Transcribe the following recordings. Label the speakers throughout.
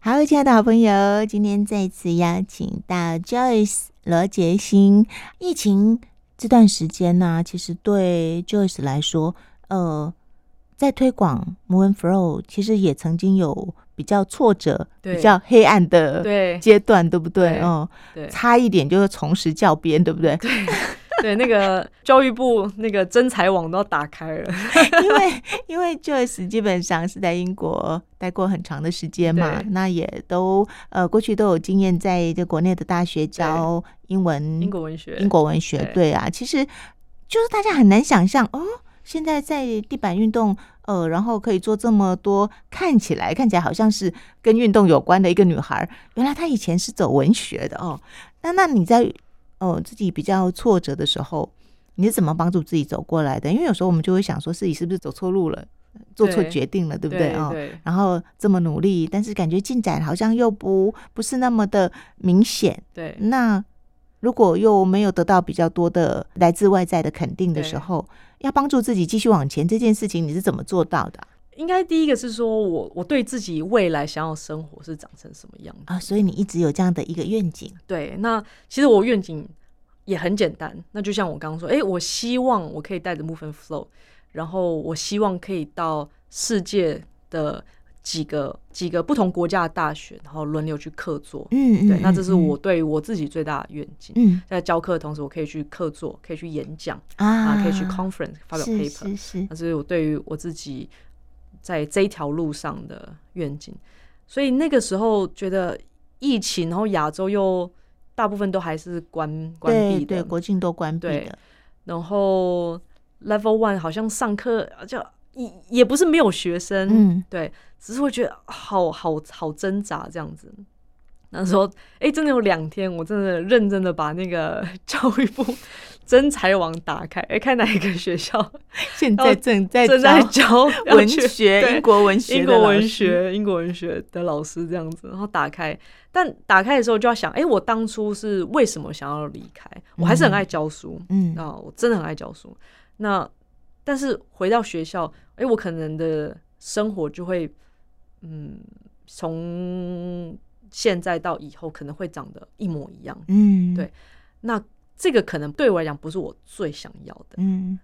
Speaker 1: 好，亲爱的好朋友，今天再次邀请到 Joyce 罗杰欣。疫情这段时间呢、其实对 Joyce 来说，呃，在推广 Moon Flow，其实也曾经有比较挫折、
Speaker 2: 对
Speaker 1: 比较黑暗的
Speaker 2: 对
Speaker 1: 阶段，对不对？
Speaker 2: 对
Speaker 1: 哦，
Speaker 2: 对
Speaker 1: 差一点就是重拾教鞭，对不对？
Speaker 2: 对，那个教育部那个征才网都要打开了，
Speaker 1: 因为 因为 Joyce 基本上是在英国待过很长的时间嘛，
Speaker 2: 对
Speaker 1: 那也都呃过去都有经验，在这国内的大学教英文、
Speaker 2: 英国文学，
Speaker 1: 英国文学，
Speaker 2: 对
Speaker 1: 对啊，其实就是大家很难想象哦，现在在地板运动。呃，然后可以做这么多，看起来看起来好像是跟运动有关的一个女孩，原来她以前是走文学的哦。那那你在哦自己比较挫折的时候，你是怎么帮助自己走过来的？因为有时候我们就会想说自己是不是走错路了，做错
Speaker 2: 对
Speaker 1: 决定了，对不
Speaker 2: 对
Speaker 1: 哦，
Speaker 2: 对
Speaker 1: 然后这么努力，但是感觉进展好像又不不是那么的明显。
Speaker 2: 对
Speaker 1: 那如果又没有得到比较多的来自外在的肯定的时候，要帮助自己继续往前这件事情，你是怎么做到的
Speaker 2: 应该第一个是说我我对自己未来想要生活是长成什么样子。
Speaker 1: 啊？所以你一直有这样的一个愿景，
Speaker 2: 对，那其实我愿景也很简单，那就像我刚刚说，诶，我希望我可以带着 Move and Flow，然后我希望可以到世界的几个几个不同国家的大学，然后轮流去客座。
Speaker 1: 嗯
Speaker 2: 对，那这是我对我自己最大的愿景。
Speaker 1: 嗯
Speaker 2: 在教课的同时，我可以去客座，可以去演讲
Speaker 1: 啊
Speaker 2: 啊，可以去 conference 发表
Speaker 1: 是
Speaker 2: paper。
Speaker 1: 是是
Speaker 2: 那这是我对于我自己在这一条路上的愿景。所以那个时候觉得疫情，然后亚洲又大部分都还是关关
Speaker 1: 对
Speaker 2: 闭
Speaker 1: 对，
Speaker 2: 的，
Speaker 1: 国境都关闭
Speaker 2: 对
Speaker 1: 的，
Speaker 2: 然后 level one 好像上课就也也不是没有学生，
Speaker 1: 嗯
Speaker 2: 对，只是会觉得好好好挣扎这样子。那时候，哎、真的有两天，我真的认真的把那个 教育部征才网打开，哎、看哪一个学校
Speaker 1: 现在正 在
Speaker 2: 正在
Speaker 1: 招
Speaker 2: 教要
Speaker 1: 文
Speaker 2: 去
Speaker 1: 学
Speaker 2: 对
Speaker 1: 英国文学
Speaker 2: 英
Speaker 1: 的
Speaker 2: 国
Speaker 1: 老
Speaker 2: 文
Speaker 1: 师，
Speaker 2: 学、英国文学的老师这样子，然后打开，但打开的时候就要想，哎、我当初是为什么想要离开？我还是很爱教书，
Speaker 1: 嗯
Speaker 2: 那、我真的很爱教书。那但是回到学校，哎、我可能的生活就会，嗯，从现在到以后可能会长得一模一样。
Speaker 1: 嗯
Speaker 2: 对那这个可能对我来讲不是我最想要的，
Speaker 1: 嗯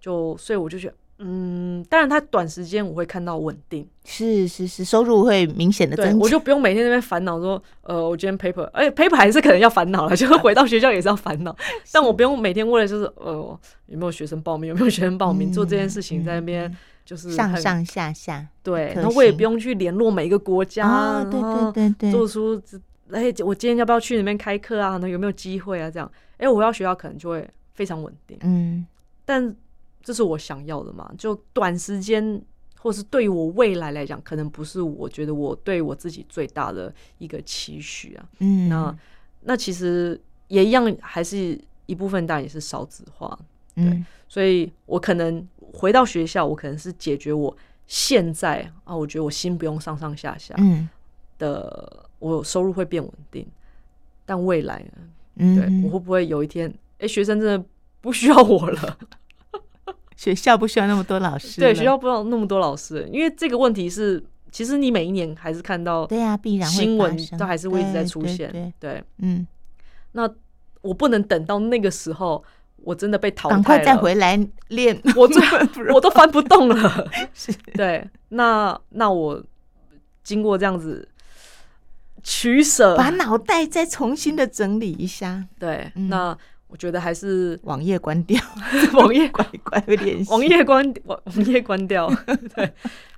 Speaker 2: 就所以我就觉得，嗯，当然它短时间我会看到稳定。
Speaker 1: 是是是，收入会明显的
Speaker 2: 对，
Speaker 1: 增
Speaker 2: 我
Speaker 1: 加，
Speaker 2: 就不用每天在那边烦恼说，呃，我今天 paper，哎、p a p e r 还是可能要烦恼了， 就是回到学校也是要烦 恼，但我不用每天为了就是呃有没有学生报名，有没有学生报名、
Speaker 1: 嗯
Speaker 2: 做这件事情在那边、
Speaker 1: 嗯
Speaker 2: 就是
Speaker 1: 上
Speaker 2: 很
Speaker 1: 上下下
Speaker 2: 对，
Speaker 1: 可
Speaker 2: 然后我也
Speaker 1: 行
Speaker 2: 不用去联络每一个国家，
Speaker 1: 啊，对
Speaker 2: 然后
Speaker 1: 对对对，
Speaker 2: 做出这哎、我今天要不要去那边开课啊？那有没有机会啊？这样，哎、我回到学校可能就会非常稳定，
Speaker 1: 嗯
Speaker 2: 但这是我想要的嘛？就短时间，或是对于我未来来讲，可能不是我觉得我对我自己最大的一个期许啊。
Speaker 1: 嗯，
Speaker 2: 那那其实也一样，还是一部分，当然也是少子化，
Speaker 1: 嗯
Speaker 2: 所以我可能回到学校，我可能是解决我现在啊，我觉得我心不用上上下下
Speaker 1: 嗯
Speaker 2: 的，我收入会变稳定，但未来呢？
Speaker 1: 嗯，
Speaker 2: 对我会不会有一天，哎、学生真的不需要我了？
Speaker 1: 学校不需要那么多老师了，
Speaker 2: 对，学校不要那么多老师，因为这个问题是，其实你每一年还是看到
Speaker 1: 对啊，必然会
Speaker 2: 新
Speaker 1: 发
Speaker 2: 闻
Speaker 1: 生
Speaker 2: 都还是会一直在
Speaker 1: 对
Speaker 2: 出
Speaker 1: 对
Speaker 2: 现。
Speaker 1: 对，
Speaker 2: 对，
Speaker 1: 嗯，
Speaker 2: 那我不能等到那个时候，我真的被淘汰
Speaker 1: 赶快再
Speaker 2: 了
Speaker 1: 回来 练，
Speaker 2: 我最
Speaker 1: 不容
Speaker 2: 我都翻不动了。
Speaker 1: 是
Speaker 2: 对，那那我经过这样子取舍，
Speaker 1: 把脑袋再重新的整理一下，
Speaker 2: 对，
Speaker 1: 嗯
Speaker 2: 那我觉得 还是
Speaker 1: 网页关掉，
Speaker 2: 网页
Speaker 1: 乖乖地 练习，
Speaker 2: 网页关网网页关掉， 对，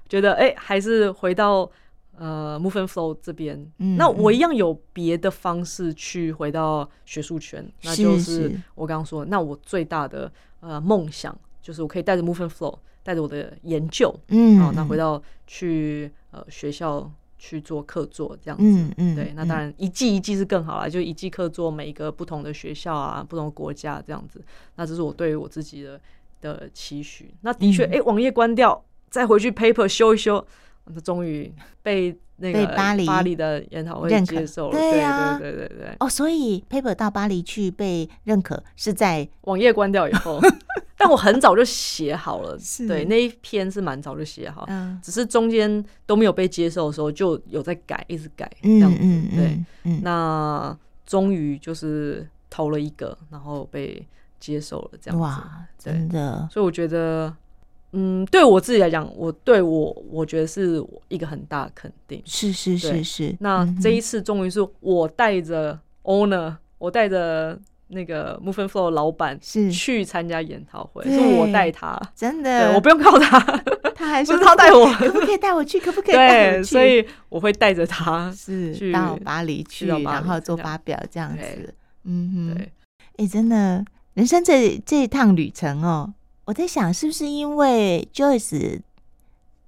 Speaker 2: 觉得哎、还是回到呃 Move and Flow 这边。
Speaker 1: 嗯
Speaker 2: 那我一样有别的方式去回到学术圈，那就是
Speaker 1: 是
Speaker 2: 我刚刚说，那我最大的呃梦想就是我可以带着 Move and Flow，带着我的研究，
Speaker 1: 嗯，
Speaker 2: 哦，那回到去呃学校去做课座这样子。
Speaker 1: 嗯嗯，
Speaker 2: 对，那
Speaker 1: 嗯
Speaker 2: 当然一季一季是更好啦，就一季课做每一个不同的学校啊，不同的国家这样子。那这是我对于我自己的的期许。那的确，
Speaker 1: 嗯
Speaker 2: 哎、网页关掉，再回去 paper 修一修，那终于被那
Speaker 1: 被
Speaker 2: 个
Speaker 1: 巴黎
Speaker 2: 巴黎的研讨会
Speaker 1: 认可
Speaker 2: 接受了，
Speaker 1: 对
Speaker 2: 对
Speaker 1: 啊
Speaker 2: 对对对对，
Speaker 1: 哦，所以 Paper 到巴黎去被认可是在
Speaker 2: 网页关掉以后， 但我很早就写好了
Speaker 1: 是，
Speaker 2: 对那一篇是蛮早就写好，
Speaker 1: 嗯
Speaker 2: 只是中间都没有被接受的时候就有在改，一直改这样
Speaker 1: 嗯
Speaker 2: 子，
Speaker 1: 嗯
Speaker 2: 对，
Speaker 1: 嗯嗯，
Speaker 2: 那终于就是投了一个，然后被接受了这样子，
Speaker 1: 哇，
Speaker 2: 对
Speaker 1: 真的
Speaker 2: 所以我觉得。嗯，对我自己来讲，我对我我觉得是一个很大的肯定。
Speaker 1: 是是是
Speaker 2: 对
Speaker 1: 是，
Speaker 2: 那
Speaker 1: 嗯
Speaker 2: 这
Speaker 1: 哼
Speaker 2: 一次终于是我带着 owner，我带着那个 Move and Flow 的老板
Speaker 1: 是
Speaker 2: 去参加研讨会，
Speaker 1: 对呃
Speaker 2: 是我带他，
Speaker 1: 真
Speaker 2: 对
Speaker 1: 的，
Speaker 2: 我不用靠他，
Speaker 1: 他还
Speaker 2: 不
Speaker 1: 说
Speaker 2: 是他带我，
Speaker 1: 可不可以带我 去？可不可以带我
Speaker 2: 对，
Speaker 1: 去？
Speaker 2: 所以我会带着他，
Speaker 1: 是
Speaker 2: 去
Speaker 1: 到巴黎去，
Speaker 2: 去到巴
Speaker 1: 然
Speaker 2: 黎
Speaker 1: 后做
Speaker 2: 这样
Speaker 1: 发表这样
Speaker 2: 对
Speaker 1: 子。嗯哼，
Speaker 2: 对，
Speaker 1: 哎、真的，人生这这一趟旅程哦，我在想是不是因为 Joyce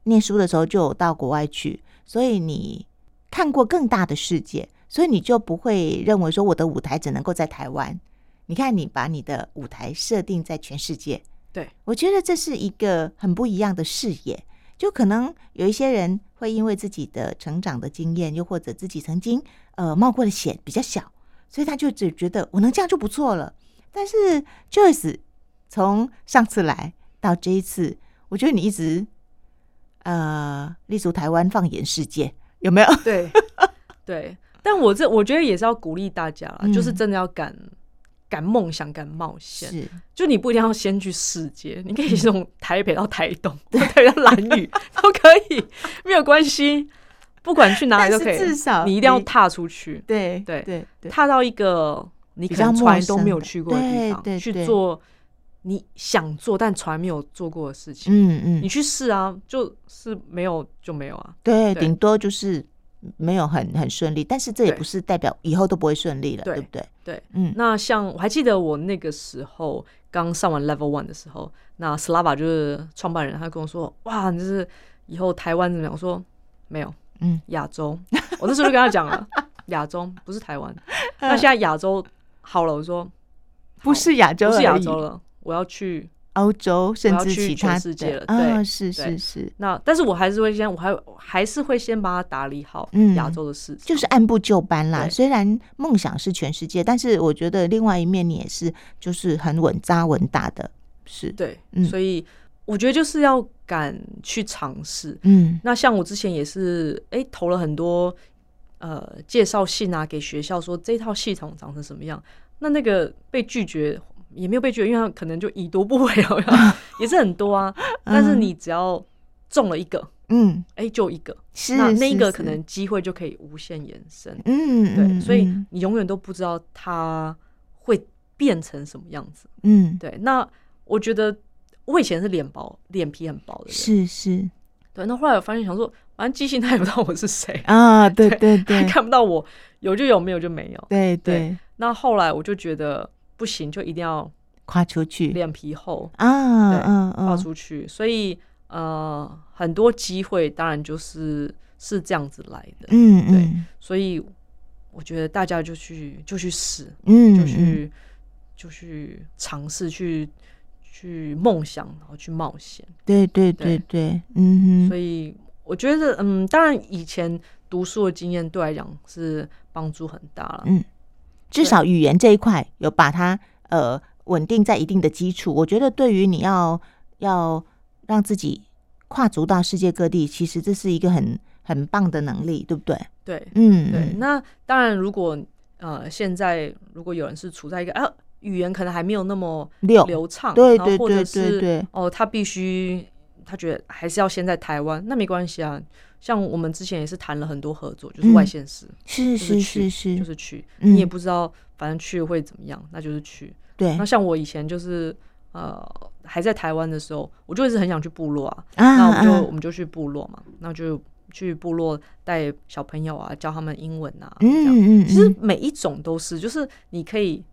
Speaker 1: 念书的时候就有到国外去，所以你看过更大的世界，所以你就不会认为说我的舞台只能够在台湾。你看，你把你的舞台设定在全世界，
Speaker 2: 对
Speaker 1: 我觉得这是一个很不一样的视野。就可能有一些人会因为自己的成长的经验，又或者自己曾经呃冒过的险比较小，所以他就只觉得我能这样就不错了。但是 Joyce 从上次来到这一次，我觉得你一直呃立足台湾，放眼世界，有没有？
Speaker 2: 对对，但我这我觉得也是要鼓励大家啦，
Speaker 1: 嗯
Speaker 2: 就是真的要敢敢梦想、敢冒险。
Speaker 1: 是嗯
Speaker 2: 就你不一定要先去世界，你可以从台北到台东，或台北到兰 屿都可以，没有关系，不管去哪里都可
Speaker 1: 但
Speaker 2: 以。
Speaker 1: 是至少
Speaker 2: 你一定要踏出去，
Speaker 1: 对
Speaker 2: 对
Speaker 1: 对对，
Speaker 2: 踏到一个你可
Speaker 1: 比较
Speaker 2: 能
Speaker 1: 陌
Speaker 2: 从来都没有
Speaker 1: 生的
Speaker 2: 去过的地方，
Speaker 1: 对对对
Speaker 2: 去做你想做但从来没有做过的事情。
Speaker 1: 嗯嗯
Speaker 2: 你，去试啊，就是没有就没有啊。
Speaker 1: 对，
Speaker 2: 对
Speaker 1: 顶多就是没有很很顺利，但是这也
Speaker 2: 对
Speaker 1: 不是代表以后都不会顺利了，
Speaker 2: 对
Speaker 1: 对不对？
Speaker 2: 对，
Speaker 1: 嗯，
Speaker 2: 那像我还记得我那个时候刚上完 Level One 的时候，那 Slava 就是创办人，他跟我说：“哇，你就是以后台湾怎么样？”我说：“没有，
Speaker 1: 嗯，
Speaker 2: 亚洲。”我那时候就跟他讲了， 亚洲不 是台湾。那现在亚洲好了，我说
Speaker 1: 不是亚洲，
Speaker 2: 不是亚洲，了，我要去。
Speaker 1: 欧洲甚
Speaker 2: 我要
Speaker 1: 至
Speaker 2: 去
Speaker 1: 其他
Speaker 2: 全世界
Speaker 1: 的
Speaker 2: 了
Speaker 1: 啊，
Speaker 2: 对
Speaker 1: 是是
Speaker 2: 对
Speaker 1: 是，
Speaker 2: 那但是我还是会先，我还我还是会先把它打理好
Speaker 1: 嗯
Speaker 2: 亚洲的市场，
Speaker 1: 就是按部就班啦。
Speaker 2: 对
Speaker 1: 虽然梦想是全世界，但是我觉得另外一面你也是，就是很稳扎稳打的，是，
Speaker 2: 对，
Speaker 1: 嗯
Speaker 2: 所以我觉得就是要敢去尝试，
Speaker 1: 嗯
Speaker 2: 那像我之前也是，哎、投了很多呃介绍信啊，给学校说这套系统长成什么样。那那个被拒绝也没有被拒绝，因为他可能就已读不回了， 也是很多啊。但是你只要中了一个，
Speaker 1: 嗯，
Speaker 2: 哎、就一个，
Speaker 1: 是
Speaker 2: 那那一
Speaker 1: 是
Speaker 2: 个
Speaker 1: 是
Speaker 2: 可能机会就可以无限延伸。
Speaker 1: 嗯，
Speaker 2: 对，
Speaker 1: 嗯
Speaker 2: 所以
Speaker 1: 嗯
Speaker 2: 你永远都不知道它会变成什么样子。
Speaker 1: 嗯
Speaker 2: 对，那我觉得我以前是脸薄，脸皮很薄的人，
Speaker 1: 是是
Speaker 2: 对，那后来我发现想说，反正记性他也不知道我是谁，
Speaker 1: 啊，对对
Speaker 2: 他
Speaker 1: 对
Speaker 2: 看不到我，有就有，没有就没有。
Speaker 1: 对对，
Speaker 2: 那后来我就觉得不行，就一定要
Speaker 1: 跨出去
Speaker 2: 脸皮厚
Speaker 1: 啊，
Speaker 2: 对
Speaker 1: 嗯
Speaker 2: 跨
Speaker 1: 嗯，
Speaker 2: 出去，所以呃，很多机会当然就是是这样子来的，
Speaker 1: 嗯
Speaker 2: 对
Speaker 1: 嗯
Speaker 2: 所以我觉得大家就去就去试，
Speaker 1: 嗯，
Speaker 2: 就
Speaker 1: 嗯
Speaker 2: 去、就去尝试，去去梦想，然后去冒险。
Speaker 1: 对对对
Speaker 2: 对
Speaker 1: 对，嗯
Speaker 2: 所以我觉得，嗯，当然以前读书的经验对我来讲是帮助很大了
Speaker 1: 嗯。至少语言这一块有把它呃稳定在一定的基础。我觉得对于你要要让自己跨足到世界各地，其实这是一个很很棒的能力，对不对？
Speaker 2: 对
Speaker 1: 嗯，
Speaker 2: 对，
Speaker 1: 嗯
Speaker 2: 那当然，如果呃现在如果有人是处在一个啊语言可能还没有那么
Speaker 1: 六
Speaker 2: 流畅，
Speaker 1: 对
Speaker 2: 然后
Speaker 1: 对
Speaker 2: 或
Speaker 1: 对
Speaker 2: 者
Speaker 1: 对
Speaker 2: 是
Speaker 1: 对
Speaker 2: 哦，他必须他觉得还是要先在台湾，那没关系啊。像我们之前也是谈了很多合作，就是
Speaker 1: 嗯
Speaker 2: 外县市，
Speaker 1: 是
Speaker 2: 就是是
Speaker 1: 是
Speaker 2: 去，
Speaker 1: 是，
Speaker 2: 就是去，
Speaker 1: 嗯
Speaker 2: 你也不知道反正去会怎么样，那就是去。
Speaker 1: 对
Speaker 2: 那像我以前就是呃还在台湾的时候，我就一直很想去部落啊，那我们就、
Speaker 1: 啊
Speaker 2: 我们就去部落嘛，那就去部落带小朋友啊，教他们英文啊，这样。
Speaker 1: 嗯嗯，
Speaker 2: 其实
Speaker 1: 嗯
Speaker 2: 每一种都是，就是你可以，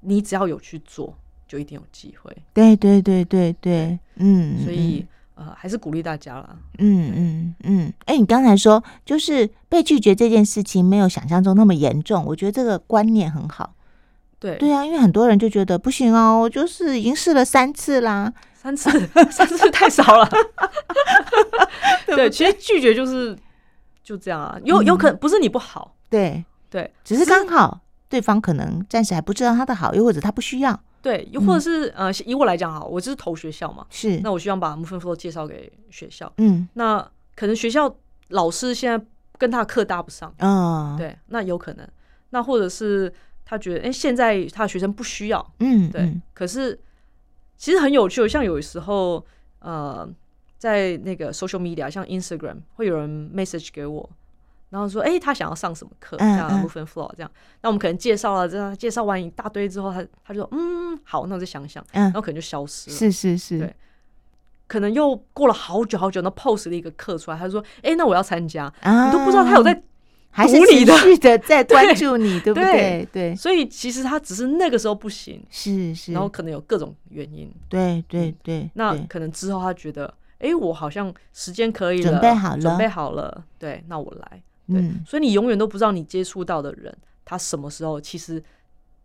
Speaker 2: 你只要有去做，就一定有机会。
Speaker 1: 对对对对对，嗯，
Speaker 2: 所以呃，还是鼓励大家啦。
Speaker 1: 嗯嗯嗯，哎、你刚才说就是被拒绝这件事情没有想象中那么严重，我觉得这个观念很好。
Speaker 2: 对，
Speaker 1: 对啊，因为很多人就觉得不行哦，我就是已经试了三次啦。
Speaker 2: 三 次三次太少了。对，其实拒绝就是就这样啊，
Speaker 1: 嗯
Speaker 2: 有有可能不是你不好，
Speaker 1: 对，
Speaker 2: 对，
Speaker 1: 只是刚好对方可能暂时还不知道他的好，又或者他不需要，
Speaker 2: 对，又
Speaker 1: 嗯
Speaker 2: 或者是、呃，以我来讲哈，我就是投学校嘛，
Speaker 1: 是，
Speaker 2: 那我希望把 Move and Flow 介绍给学校，
Speaker 1: 嗯
Speaker 2: 那可能学校老师现在跟他的课搭不上，
Speaker 1: 啊，，
Speaker 2: 对，那有可能，那或者是他觉得，哎、现在他的学生不需要，
Speaker 1: 嗯，
Speaker 2: 对，
Speaker 1: 嗯
Speaker 2: 可是其实很有趣哦，像有时候呃，在那个 social media，像 Instagram，会有人 message 给我，然后说，哎、他想要上什么课，这
Speaker 1: 嗯
Speaker 2: 样
Speaker 1: 嗯
Speaker 2: move and flow 这样，那我们可能介绍了，这样介绍完一大堆之后，他他就说，嗯，好，那我再想想，
Speaker 1: 嗯
Speaker 2: 然后，可能就消失了。
Speaker 1: 是是是
Speaker 2: 对，可能又过了好久好久，那 post 了一个课出来，他就说：“哎、那我要参加。”
Speaker 1: 啊
Speaker 2: 你都不知道他有在，
Speaker 1: 还是
Speaker 2: 鼓励的
Speaker 1: 持续的 在关注你，对不对
Speaker 2: 对？
Speaker 1: 对，
Speaker 2: 所以其实他只是那个时候不行，
Speaker 1: 是是，
Speaker 2: 然后可能有各种原因。
Speaker 1: 对对对，
Speaker 2: 那
Speaker 1: 对
Speaker 2: 可能之后他觉得，哎、我好像时间可以了，
Speaker 1: 准备好了
Speaker 2: 准备好了，对，那我来。对，
Speaker 1: 嗯
Speaker 2: 所以你永远都不知道你接触到的人，他什么时候其实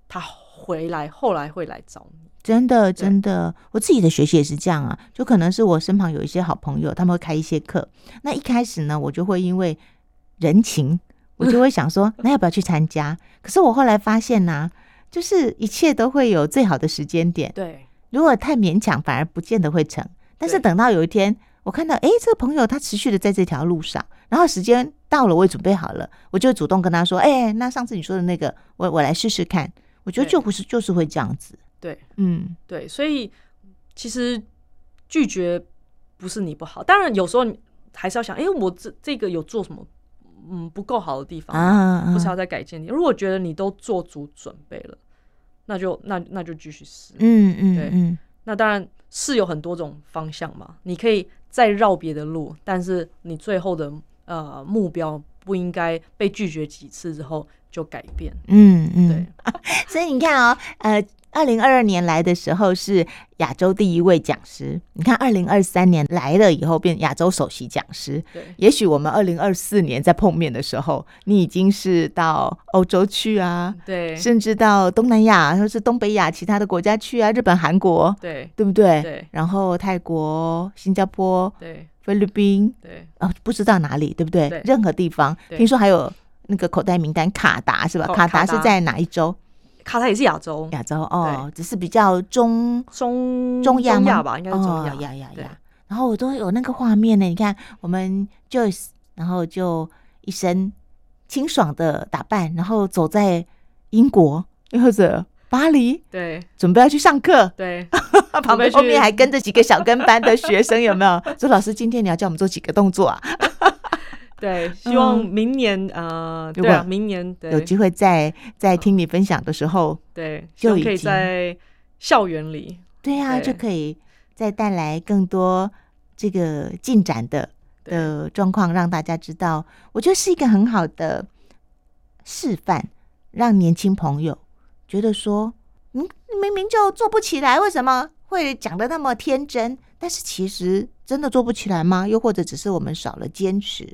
Speaker 2: 他回来，后来会来找你。
Speaker 1: 真的，真的，我自己的学习也是这样啊。就可能是我身旁有一些好朋友，他们会开一些课。那一开始呢，我就会因为人情，我就会想 说，那要不要去参加？可是我后来发现呐，就是一切都会有最好的时间点。
Speaker 2: 对，
Speaker 1: 如果太勉强，反而不见得会成。但是
Speaker 2: 对
Speaker 1: 等到有一天，我看到诶，这个朋友他持续的在这条路上，然后时间到了，我也准备好了，我就主动跟他说：“诶，那上次你说的那个，我我来试试看。”我觉得
Speaker 2: 对
Speaker 1: 就不是就是会这样子。
Speaker 2: 对，
Speaker 1: 嗯，
Speaker 2: 对，所以其实拒绝不是你不好，当然有时候你还是要想，哎、我这这个有做什么嗯不够好的地方吗，
Speaker 1: 啊，
Speaker 2: 不是要再改进你。如果觉得你都做足准备了，那就那那就继续试。
Speaker 1: 嗯嗯
Speaker 2: 对
Speaker 1: 嗯，
Speaker 2: 那当然是有很多种方向嘛，你可以再绕别的路，但是你最后的呃目标不应该被拒绝几次之后就改变。
Speaker 1: 嗯嗯，
Speaker 2: 对。
Speaker 1: 所以你看哦，呃，二零二二年来的时候是亚洲第一位讲师，你看二零二三年来了以后变亚洲首席讲师，
Speaker 2: 对
Speaker 1: 也许我们二零二四年在碰面的时候，你已经是到欧洲去啊，
Speaker 2: 对
Speaker 1: 甚至到东南亚或是东北亚其他的国家去啊，日本、韩国，
Speaker 2: 对
Speaker 1: 对不对？
Speaker 2: 对
Speaker 1: 然后泰国、新加坡、
Speaker 2: 对
Speaker 1: 菲律宾，
Speaker 2: 对，
Speaker 1: 哦，不知道哪里，对不对？
Speaker 2: 对
Speaker 1: 任何地方，
Speaker 2: 对
Speaker 1: 听说还有那个口袋名单卡达是吧？
Speaker 2: 哦
Speaker 1: 卡达
Speaker 2: 卡达嗯
Speaker 1: 是在哪一洲？
Speaker 2: 卡塔也是亚洲，
Speaker 1: 亚洲哦，只是比较中
Speaker 2: 中
Speaker 1: 中亚吗
Speaker 2: 亚吧，应该是中
Speaker 1: 哦、呀呀
Speaker 2: 对
Speaker 1: 呀。然后我都有那个画面呢，你看我们 Joyce，然后就一身清爽的打扮，然后走在英国，又或者巴黎，
Speaker 2: 对
Speaker 1: 准备要去上 课，
Speaker 2: 对
Speaker 1: 旁边
Speaker 2: 去
Speaker 1: 后面还跟着几个小跟班的学生，有没有？ 说老师今天你要教我们做几个动作啊？
Speaker 2: 对，希望明年呃，
Speaker 1: 嗯如
Speaker 2: 对啊，
Speaker 1: 果
Speaker 2: 明年
Speaker 1: 有
Speaker 2: 对
Speaker 1: 机会再再听你分享的时候，
Speaker 2: 对，希
Speaker 1: 就
Speaker 2: 望
Speaker 1: 已
Speaker 2: 可以
Speaker 1: 经
Speaker 2: 在校园里，
Speaker 1: 对啊，
Speaker 2: 对
Speaker 1: 就可以再带来更多这个进展的
Speaker 2: 对
Speaker 1: 的状况，让大家知道。我觉得是一个很好的示范，让年轻朋友觉得说，嗯，明明就做不起来，为什么会讲的那么天真？但是其实真的做不起来吗？又或者只是我们少了坚持，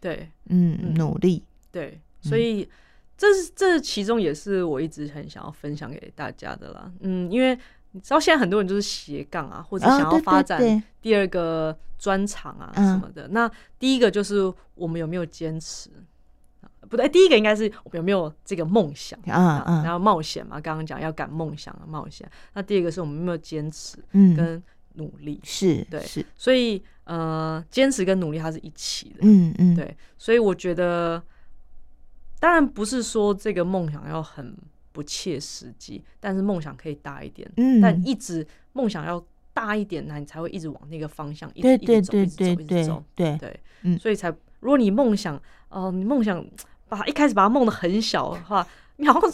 Speaker 2: 对
Speaker 1: 嗯，
Speaker 2: 嗯
Speaker 1: 努力，
Speaker 2: 对，
Speaker 1: 嗯
Speaker 2: 所以这是这其中也是我一直很想要分享给大家的啦，嗯，因为你知道现在很多人就是斜杠啊，或者
Speaker 1: 啊
Speaker 2: 想要
Speaker 1: 对
Speaker 2: 发
Speaker 1: 对
Speaker 2: 展
Speaker 1: 对
Speaker 2: 第二个专长啊
Speaker 1: 嗯
Speaker 2: 什么的，那第一个就是我们有没有坚持。啊不对，第一个应该是我们有没有这个梦想
Speaker 1: 啊
Speaker 2: 啊，然
Speaker 1: 啊，
Speaker 2: 后冒险嘛，刚刚讲要敢梦想啊，冒险。那第二个是我们有没有坚持
Speaker 1: 嗯，
Speaker 2: 跟努力，
Speaker 1: 是，
Speaker 2: 对
Speaker 1: 是，
Speaker 2: 所以呃，坚持跟努力它是一起的，
Speaker 1: 嗯嗯，
Speaker 2: 对。所以我觉得，当然不是说这个梦想要很不切实际，但是梦想可以大一点，
Speaker 1: 嗯
Speaker 2: 但一直梦想要大一点，那你才会一直往那个方向一直
Speaker 1: 对对对
Speaker 2: 一直走，
Speaker 1: 对
Speaker 2: 一直走，一直
Speaker 1: 对
Speaker 2: 走，
Speaker 1: 对，
Speaker 2: 对，
Speaker 1: 嗯
Speaker 2: 所以才如果你梦想，哦、你梦想把一开始把它梦的很小的话，你好像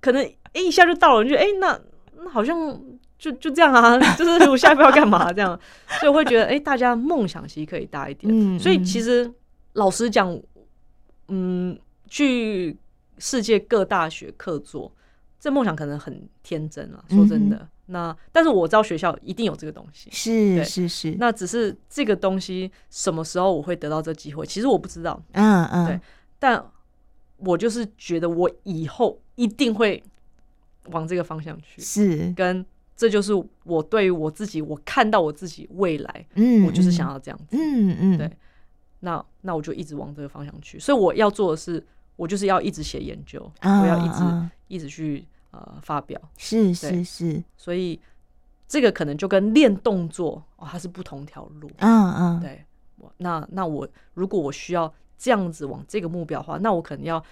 Speaker 2: 可能哎一下就到了，你就哎、诶那那好像就就这样啊， 就是我下一步要干嘛这样，所以我会觉得哎、诶大家梦想其实可以大一点，
Speaker 1: 嗯
Speaker 2: 所以
Speaker 1: 嗯
Speaker 2: 其实老实讲，嗯，去世界各大学客座，这梦想可能很天真啊，说真的。
Speaker 1: 嗯
Speaker 2: 那但是我知道学校一定有这个东西，
Speaker 1: 是
Speaker 2: 对
Speaker 1: 是是，
Speaker 2: 那只是这个东西什么时候我会得到这机会，其实我不知道，
Speaker 1: 嗯嗯，
Speaker 2: 对但我就是觉得我以后一定会往这个方向去，
Speaker 1: 是，
Speaker 2: 跟这就是我对于我自己，我看到我自己未来，
Speaker 1: 嗯，
Speaker 2: 我就是
Speaker 1: 嗯
Speaker 2: 想，要这样子。
Speaker 1: 嗯嗯，
Speaker 2: 对那那我就一直往这个方向去。所以我要做的是，我就是要一直写研究，
Speaker 1: 啊
Speaker 2: 我要一直、
Speaker 1: 啊
Speaker 2: 一直去呃发表。
Speaker 1: 是
Speaker 2: 对
Speaker 1: 是是，
Speaker 2: 所以这个可能就跟练动作哦，它是不同条路。
Speaker 1: 嗯嗯，
Speaker 2: 对，我那那我如果我需要这样子往这个目标的话，那我可能要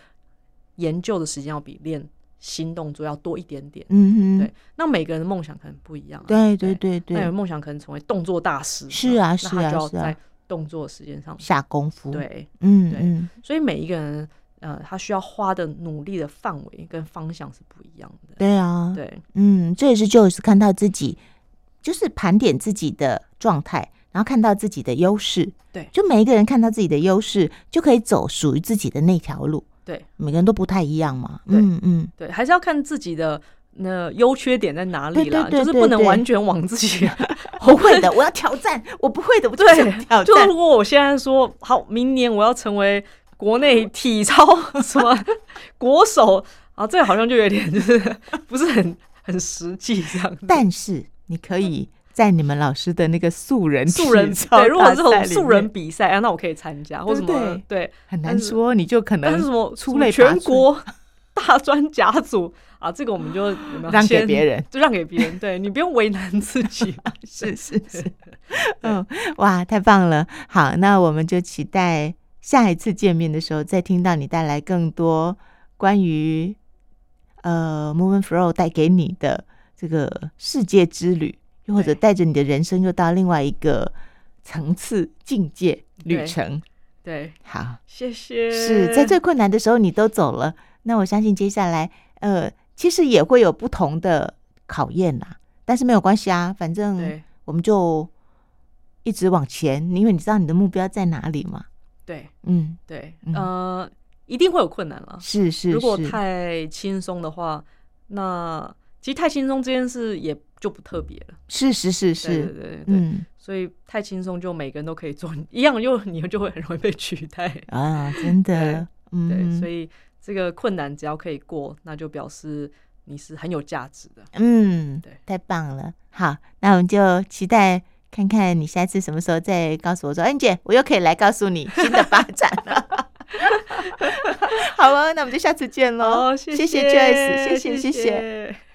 Speaker 2: 研究的时间要比练新动作要多一点点。
Speaker 1: 嗯哼
Speaker 2: 对，那每个人的梦想可能不一样、啊。
Speaker 1: 对对对
Speaker 2: 那有
Speaker 1: 对
Speaker 2: 人，梦想可能成为动作大师，
Speaker 1: 是啊
Speaker 2: 那
Speaker 1: 是
Speaker 2: 那
Speaker 1: 啊
Speaker 2: 他就要
Speaker 1: 是啊
Speaker 2: 在动作时间上，
Speaker 1: 下功夫，，
Speaker 2: 对，
Speaker 1: 嗯
Speaker 2: 对
Speaker 1: 嗯，
Speaker 2: 所以每一个人呃，他需要花的努力的范围跟方向是不一样的，
Speaker 1: 对啊，
Speaker 2: 对，
Speaker 1: 嗯，这也是 Joyce 看到自己，就是盘点自己的状态，然后看到自己的优势。
Speaker 2: 对
Speaker 1: 就每一个人看到自己的优势，就可以走属于自己的那条路。
Speaker 2: 对，
Speaker 1: 每个人都不太一样嘛。
Speaker 2: 对
Speaker 1: 嗯 嗯，
Speaker 2: 对，还是要看自己的那优缺点在哪里啦，
Speaker 1: 对对对
Speaker 2: 就是不能
Speaker 1: 对对
Speaker 2: 完全往自 己。
Speaker 1: 我会的，我要挑战；我不会的，我就想挑
Speaker 2: 对， 就
Speaker 1: 战
Speaker 2: 如。果我现在说好，明年我要成为国内体操什么国手啊，这个好像就有点就是不是很很实际这样子。
Speaker 1: 但是你可以在你们老师的那个 素人
Speaker 2: 素人
Speaker 1: 体操
Speaker 2: 对，如果
Speaker 1: 大
Speaker 2: 这种
Speaker 1: 赛里
Speaker 2: 素
Speaker 1: 面
Speaker 2: 人比赛啊，那我可以参加，或什
Speaker 1: 对
Speaker 2: 么对，
Speaker 1: 很难
Speaker 2: 但是
Speaker 1: 说，你就可
Speaker 2: 但
Speaker 1: 能
Speaker 2: 是什么
Speaker 1: 出
Speaker 2: 什么
Speaker 1: 类拔
Speaker 2: 全
Speaker 1: 萃
Speaker 2: 国 大专甲组啊，这个我们就有没有
Speaker 1: 让给
Speaker 2: 先
Speaker 1: 别人，
Speaker 2: 就让给别人，对你不用为难自己嘛，
Speaker 1: 是是是，嗯，哇，太棒了！好，那我们就期待下一次见面的时候，再听到你带来更多关于呃 Movement Flow 带给你的这个世界之旅，又或者
Speaker 2: 对
Speaker 1: 带着你的人生又到另外一个层次境界旅
Speaker 2: 对
Speaker 1: 程。
Speaker 2: 对，
Speaker 1: 好，
Speaker 2: 谢谢，
Speaker 1: 是在最困难的时候你都走了，那我相信接下来呃，其实也会有不同的考验啦。但是没有关系啊，反正
Speaker 2: 对
Speaker 1: 我们就一直往前，因为你知道你的目标在哪里嘛。
Speaker 2: 对
Speaker 1: 嗯，
Speaker 2: 对，
Speaker 1: 嗯
Speaker 2: 呃，一定会有困难了。
Speaker 1: 是是是，
Speaker 2: 如果太轻松的话，那其实太轻松这件事也就不特别了。
Speaker 1: 是是是
Speaker 2: 对对
Speaker 1: 是，
Speaker 2: 对对对，
Speaker 1: 嗯
Speaker 2: 所以太轻松就每个人都可以做，一样又你就会很容易被取代。
Speaker 1: 啊，真的，嗯
Speaker 2: 对，
Speaker 1: 哼，
Speaker 2: 所以这个困难只要可以过，那就表示你是很有价值的。
Speaker 1: 嗯
Speaker 2: 对，
Speaker 1: 太棒了。好，那我们就期待。看看你下次什么时候再告诉我说，恩、姐，我又可以来告诉你新的发展了。 好哦，那我们就下次见喽。
Speaker 2: 好，
Speaker 1: 谢
Speaker 2: 谢
Speaker 1: Joyce，谢谢谢谢。
Speaker 2: 谢谢